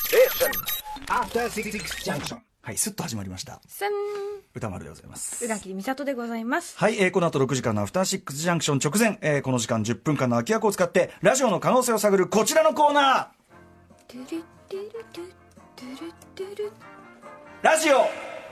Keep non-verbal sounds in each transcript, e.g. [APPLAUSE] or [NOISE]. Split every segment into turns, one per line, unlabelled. Station.
After Six Junction.
はい、スッと始まりました。
さん
歌丸でございます。
宇垣美里でございます
はい、えーこの後6時間のアフターシックスジャンクション直前、えーこの時間10分間の空き枠を使って、ラジオの可能性を探るこちらのコーナ
トゥルトゥルトゥトゥルトゥ
ー
ル
ラジオ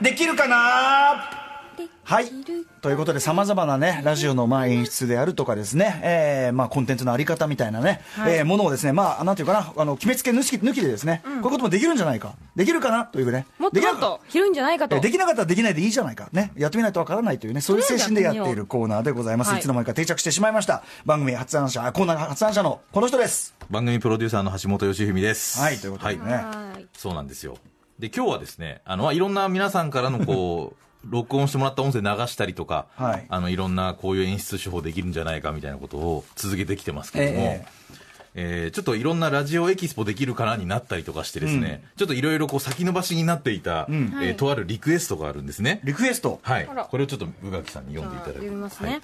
できるかな
で
はい
きる。
ということで、様々なね、ラジオのまあ演出であるとかですね、えーまあコンテンツのあり方みたいなね、えーものをですね、まあ、なんていうかな、あの、決めつけ抜き抜きでですね、こういうこともできるんじゃないか。できるかなというね。
もっと
でき
も
な
っと広いんじゃないか
え
と
できなかったらできないでいいじゃないか、ね、やってみないとわからないというね、そういう精神でやって
とり
い
あえずやってみよ
る
う
コーナーでございます、
はい
い、つの間にか定着してしまいました、番組発案者、あコーナー発案者のこの人です。
番組プロデューサーの橋本良文です。
はいということでね
はい
そうなんですよ。で、今日はですね、あの、まあいろんな皆さんからのこう、
[LAUGHS]
録音してもらった音声流したりとか、
はい
あの、いろんなこういう演出手法できるんじゃないかみたいなことを続けてきてますけども、
え
えーちょっといろんなラジオエキスポできるかなになったりとかしてですね、ちょっといろいろこう先延ばしになっていた、えー
はい
とあるリクエストがあるんですね。
リクエスト、
はい
あら。
これをちょっと宇垣さんに
じゃ
読んでい
あ
ただいて。
読みますね、
はい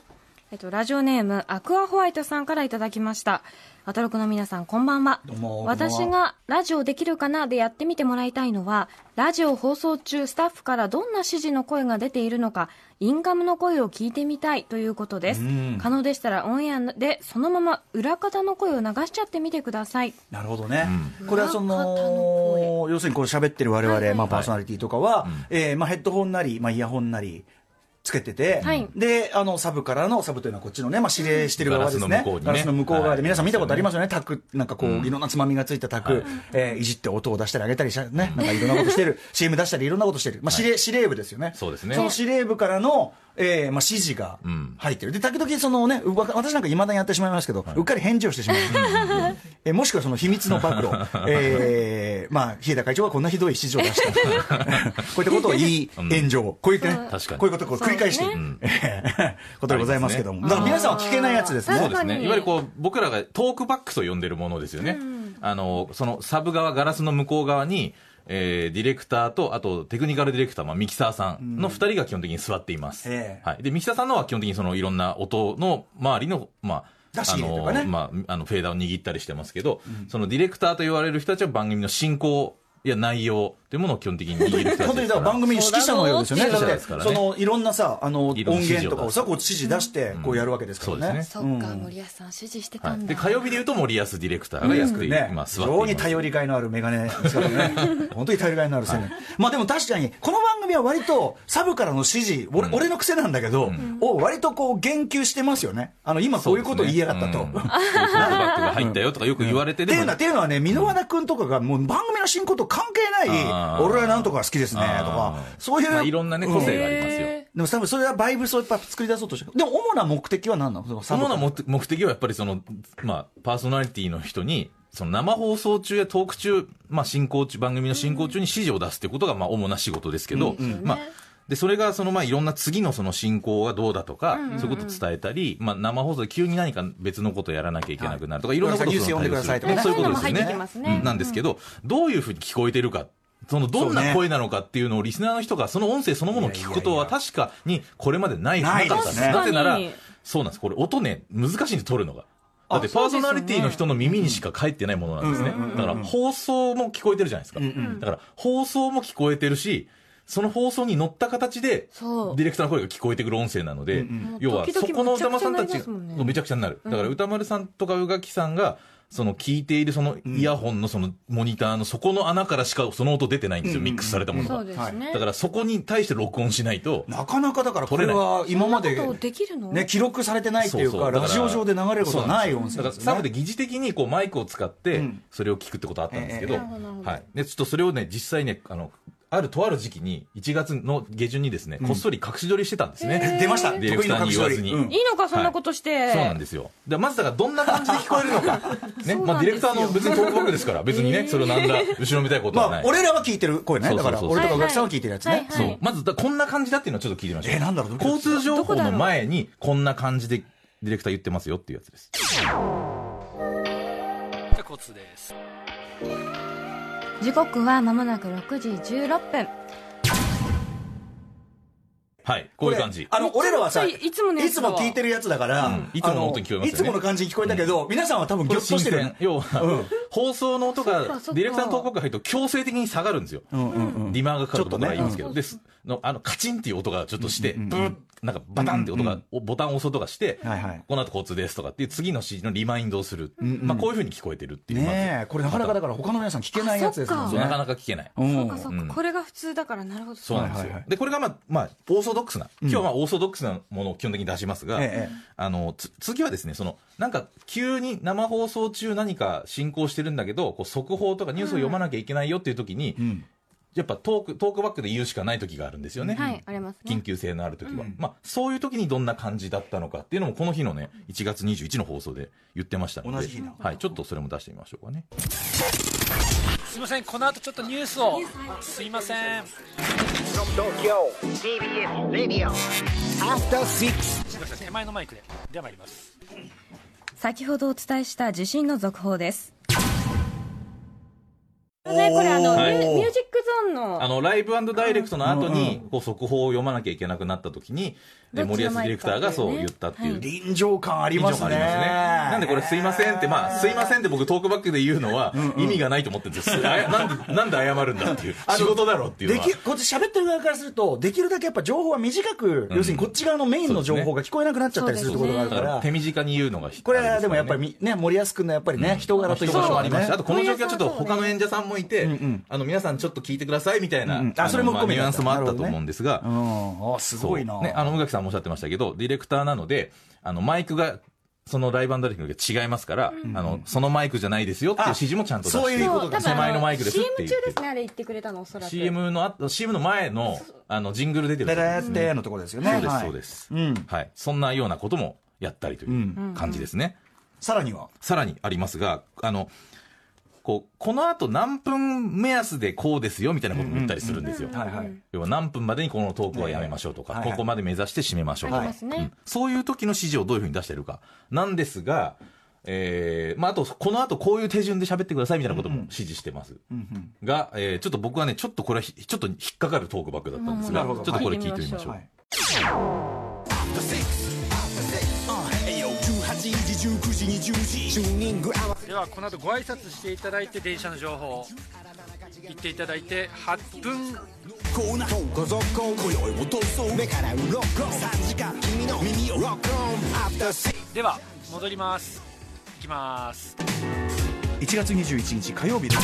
えっと、ラジオネームアクアホワイトさんからいただきましたアトロクの皆さんこんばんは
どうもこん
私
ばん
がラジオできるかなでやってみてもらいたいのはラジオ放送中スタッフからどんな指示の声が出ているのかインガムの声を聞いてみたいということです可能でしたらオンエアでそのまま裏方の声を流しちゃってみてください
なるほどね、
うん
これはそ
裏方の
の、要するにこう喋ってる我々、
はいはい
まあ、パーソナリティとかは、えーまあ、ヘッドホンなり、まあ、イヤホンなり、つけてて、
はい
であのサブからのサブというのはこっちのね、まあ、指令してる側ですね、
ガラスの向こうにね
ガラスの向こう側で、
はい
皆さん見たことありますよね、タク、なんかこう、いろんなつまみがついたタク、
はい
えーいじって音を出したり上げたりしたね、なんかいろんなことしてる、CM 出したりいろんなことしてる、まあ、指令指令部ですよね、
そうですね
の司令部からの、えーまあ、指示が
うん
入ってる、で時々その、ね、うわ私なんかいまだにやってしまいますけど、うっかり返事をしてしまう、えーもしくはその秘密の暴
[LAUGHS]
露、えーまあ、日枝会長がこんなひどい指示を出
[LAUGHS]
した、こういったことをいい炎上、こういったね、
確かに
こういうことをこう繰り返していく、えー [LAUGHS] ことでございますけども、だから皆さんは聞けないやつですね。
そうです
確か
ね。
に
いわゆるこう、僕らがトークバックスと呼んでるものですよね。あの、そのサブ側、ガラスの向こう側に、えーディレクターと、あとテクニカルディレクター、まあ、ミキサーさんの2人が基本的に座っています。
ええ
はい。で、ミキサーさんのは基本的にそのいろんな音の周りの、まあ、
出し
あ
入れとか
の、
ね
まあ、あの、フェーダーを握ったりしてますけど、そのディレクターと言われる人たちは番組の進行や内容というものを基本的に握る人たちですから。
本当にだから番組の指揮者のようですよね。
そうだろう
だって
指揮者です
そ
からね
のいろんなさ、あの音
いろんな指
源
示を出す
とかをさ、こう指示出して、こうやるわけですからね。
そうですね
そっか森保さん指示して
はい、で、火曜日で言うと森保ディレクターがやっている、
ね、
まあ、
非
座っています。
常に頼りがいのあるメガネですから
[LAUGHS]
ね、本当に頼りがいのある青年、まあでも確かに、この番組は割と、サブからの指示、俺,、俺の癖なんだけど、を割とこう言及してますよね、あの今、こういうこと言いやがったと。
そうです
[LAUGHS]
ねうんそういうバックが入ったよとかよく言われて、
っていう
でも
のは、っていうのはね、箕輪田君とかが、もう番組の進行と関係ない
あ、ー
俺はなんとかが好きですね、とか
あ、ー
そういう。
まあ、いろんなね、個性がありますよ。
でも多分それはバイブスをやっぱ作り出そうとしてるでも主な目的は何なのそのサブ
主な目目的はやっぱりその、まあ、パーソナリティの人に、その生放送中やトーク中、まあ、進行中、番組の進行中に指示を出すっていうことが、まあ、主な仕事ですけど、まあ、で、それが、その、まあ、いろんな次のその進行がどうだとか、そういうことを伝えたり、まあ、生放送で急に何か別のことやらなきゃいけなくなるとか、い、ろんなこと
ニュース読んでくださいとかね
そういうことですよ
そういうのも入ってきます
ね
ね。
うんなんですけど、どういうふうに聞こえてるか、その、どん
そうね
な声なのかっていうのを、リスナーの人が、その音声そのものを聞くことは、確かにこれまでない、
ない
なか
で
ったん
す
です。
ね
なぜなら
確かに、
そうなんです。これ音ね、難しいんで撮るのが。
あ
だってパーソナリティの人の耳にしか返ってないものなんですね。だから放送も聞こえてるじゃないですか。だから放送も聞こえてるし、その放送に乗った形で、デ
そう
ィレクターの声が聞こえてくる音声なの
んう
で
ん、
要はそこの歌丸さんたち
時々めちゃくちゃになりますもんね
がめちゃくちゃになる。だから歌丸さんとか宇垣さんが、その聞いているそのイヤホンのそのモニターのそこの穴からしかその音出てないんですよ。ミックスされたもの
そう
が。
ですね、
だからそこに対して録音しないと、
なかなかだからこれは今まで
そんなことできるの
ね、記録されてないっていう
そ
か
そだら
ラジオ上で流れることはない音
そ
声
うな
で
んですすよだから
よ
サブ
ね
で疑似的にこうマイクを使ってそれを聞くってことあったんですけど、
ええ
はい、でちょっとそれをね実際ねあのあるとある時期に1月の下旬にですね、こっそり隠し撮りしてたんですね、
え出ました
ディレクターに言わずに、
得意の隠し撮りうん
いいのかそんなことして、
そうなんですよ。だからまずだからどんな感じで聞こえるのか。ね。まあディレクターの別にトークバックですから、別にね、それをなんだ、後ろめたいことは
ま
な
あ
い。
俺らは聞いてる声ね
そう
だ
そうそ
から
うそう
俺とかお客さんは聞いてるやつ
はい
ね
はい
そう。まずだ、こんな感じだっていうのはちょっと聞いてみましょう。
えなんだろうどういうこ
交
と
通情報
どこだ
の
ろう
前に、こんな感じでディレクター言ってますよっていうやつです。
時刻は間もなく6時16分
はい。こういう感じ。
あの俺らはさ
いつもいつものやつだわ
聞いてるやつだから
んいつもの音に聞こえ
あの
ますよね
いつもの感じに聞こえたけど皆さんは多分ギョッとしてるよね
要は、
うん
放送の音が
そっかそっか
ディレクターの投稿が入ると強制的に下がるんですよ。
うんうんうん
リマーがかかるところがいいんですけ
ち
ど、
ょっとね
ですのあのカチンっていう音がちょっとして、ブーッなんかバタンって音が、おボタンを押す音がして、
はいはい
この後交通ですとかっていう次の指示のリマインドをする、
んうん
まあ、こういうふうに聞こえてるっていう、
ね
ま
え
ず
これなかなかだから他の皆さん聞けないやつですも
あ
ん
そう
ね
なかなか聞けない。
うん
そうかそうか、
うん
これが普通だからなるほど
そうなんですよ。
はいはいはい
で、これがまあ、まあ、オーソドックスな、今日はまあオーソドックスなものを基本的に出しますが、
ええ
あの、つ次はですね、その、なんか、急に生放送中何か進行してるんだけど、こう速報とかニュースを読まなきゃいけないよっていう時に、
うん
やっぱトーク、トークバックで言うしかない時があるんですよね。
はいありますね
緊急性のある時は、まあ、そういう時にどんな感じだったのかっていうのも、この日のね、1月21の放送で言ってましたので、
同じ日だ
はい、ちょっとそれも出してみましょうかね。
すみませんこの後ちょっとニュースをすいません
Tokyo TBS Radio After Six
すいません手前のマイクででは参ります
先ほどお伝えした地震の続報ですね、これあの、ミュ
はい
ミュージックゾーンの
あの、ライブダイレクトの後に、こう、速報を読まなきゃいけなくなった時に、
ど
で
っちの
森保ディレクターがそう
前
言
か
っ
って
たって
いう
い
ね
う。
臨場感あり
以上
ます
があ
ね
りますね。なんでこれすいませんって、まあ、すいませんって僕トークバックで言うのは意味がないと思ってるんです
[LAUGHS]
よ。あやなんで、なんで謝るんだっていう。仕事だろっていう
で
のは
き。こっち喋ってる側からするとできるだけやっぱ情報は短く、要するにこっち側のメインの情報が聞こえなくなっちゃったりするってことがある
だ
か
からら手短に言うのが必
これ
あ
は
す
でも
から
や
ね
っぱりみね森保君のやっぱりね、人柄という
人
か
場所もありま
ね
した。あとこの状況はちょっと他の演者さんもいて、あの皆さんちょっと聞いてくださいみたいな、
うんうんあそれも含めて
まあニュアンスもあっ
なる
た
ほど
と
ね
思うんですが
う、んあすごいな、
そうね、あの、宇垣さんもおっしゃってましたけど、ディレクターなので、あの、マイクが、そのライブダイレクトが違いますから、あの、そのマイクじゃないですよっていう指示もちゃんと出して、
そういうことだ
手前のマイクですって
CM
言っ
中です
て。
ねあれ言ってくれたのおそらく
CM のあ、CM の前の、あの、ジングル出てる
だ
じゃ
だ
ない
や
で
っ
すか
てのところですよね、
そうです、
はい
そうです、
うん
はい。そんなようなこともやったりという感じですね。
さらには
さらにありますが、あの、こう、この後何分目安でこうですよみたいなことも言ったりするんですよ。
はいはい
要は何分までにこのトークはやめましょうとか、
はいはい
ここまで目指して締めましょうと
あ
か、
りますね
うんそういう時の指示をどういうふうに出してるかなんですが、えーまあ、あと、この後こういう手順で喋ってくださいみたいなことも指示してます。が、えーちょっと僕はね、ちょっとこれはひ、ちょっと引っかかるトークバックだったんですが、
うんなる
ちょ
ほ
っ
ど
とこれ聞いてみましょう。
はい
ではこの後ご挨拶していただいて電車の情報を言っていただいて8分では戻ります行きます
1月21日火曜日です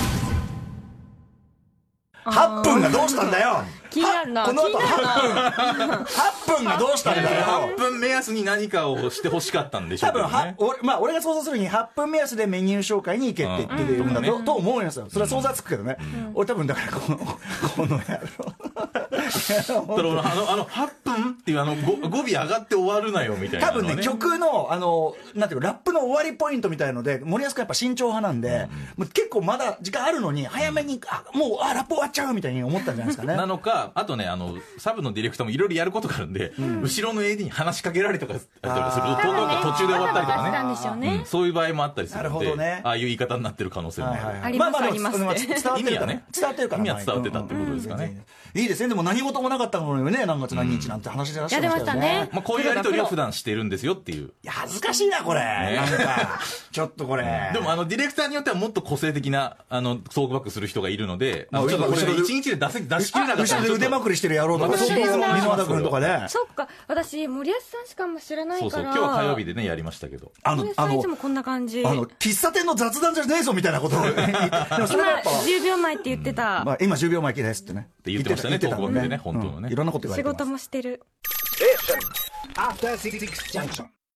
8分がどうしたんだよ
気になるな
この後
気になるな
8分がどうしたんだよ
8分目安に何かをしてほしかったんでしょ
多
うけ
分
ど
は
ね。
俺まあ、俺が想像するに8分目安でメニュー紹介に行けって言ってるんだと,、と思いますよそれは想像はつくけどね、俺多分だからこのこの野郎
だからあの、あの、8分っていうあの、ご語尾上がって終わるなよみたいな
多
の
分
は、
ね曲のあのなんていうかラップの終わりポイントみたいので森保君やっぱ慎重派なんで、もう結構まだ時間あるのに早めにあもうあラップ終わっちゃうみたいに思ったんじゃないですかね
なのか、あとね、あの、サブのディレクターもいろいろやることがあるんで、後ろの AD に話しかけられたりとかすると、投稿が途中で終わったりと
バタバタしたん
か
です
ね。
よね
うんそういう場合もあったりするの
なるほ
で、
どね
ああいう言い方になってる可能性もあ
はい
る。
はいはい
あります
あでも
あります
うん伝わってる
意味
から
はね
伝わってるから
意味は伝わってたってことですかね
うんうんうんいいですねでも何事もなかったのにね何月何日なんて話してらっしゃいましたよ
やって
ね
まし
まあ、こういうやりとりを普段してるんですよっていう。
いや恥ずかしいなこれなんかちょっとこれ
でも、あの、ディレクターによってはもっと個性的な、あの、トークバックする人がいるので、あ
あ
ちょっとこれ
後ろで
一日で出せ、出しきれ
後ろ
なかったら
で
ちょっと
腕まくりしてる野郎とか
私
そうそう
知らない
水俣君とかね
そっか私森保さんしかも知らない
そうそ
か
う、
ら
今日は火曜日でね、やりましたけど。
あの
森保さ
あ
んいつ
の
もこんな感じ
あの喫茶店の雑談じゃねえぞみたいなことをでもそ
今
れはやっぱ
10秒前って言ってた、
まあ、今10秒前ですってね。
って言ってました
言
ね
って
トーク番組でね本当のね
うんいろんなこと言われ
仕
てます
事もしてる
After Six Junction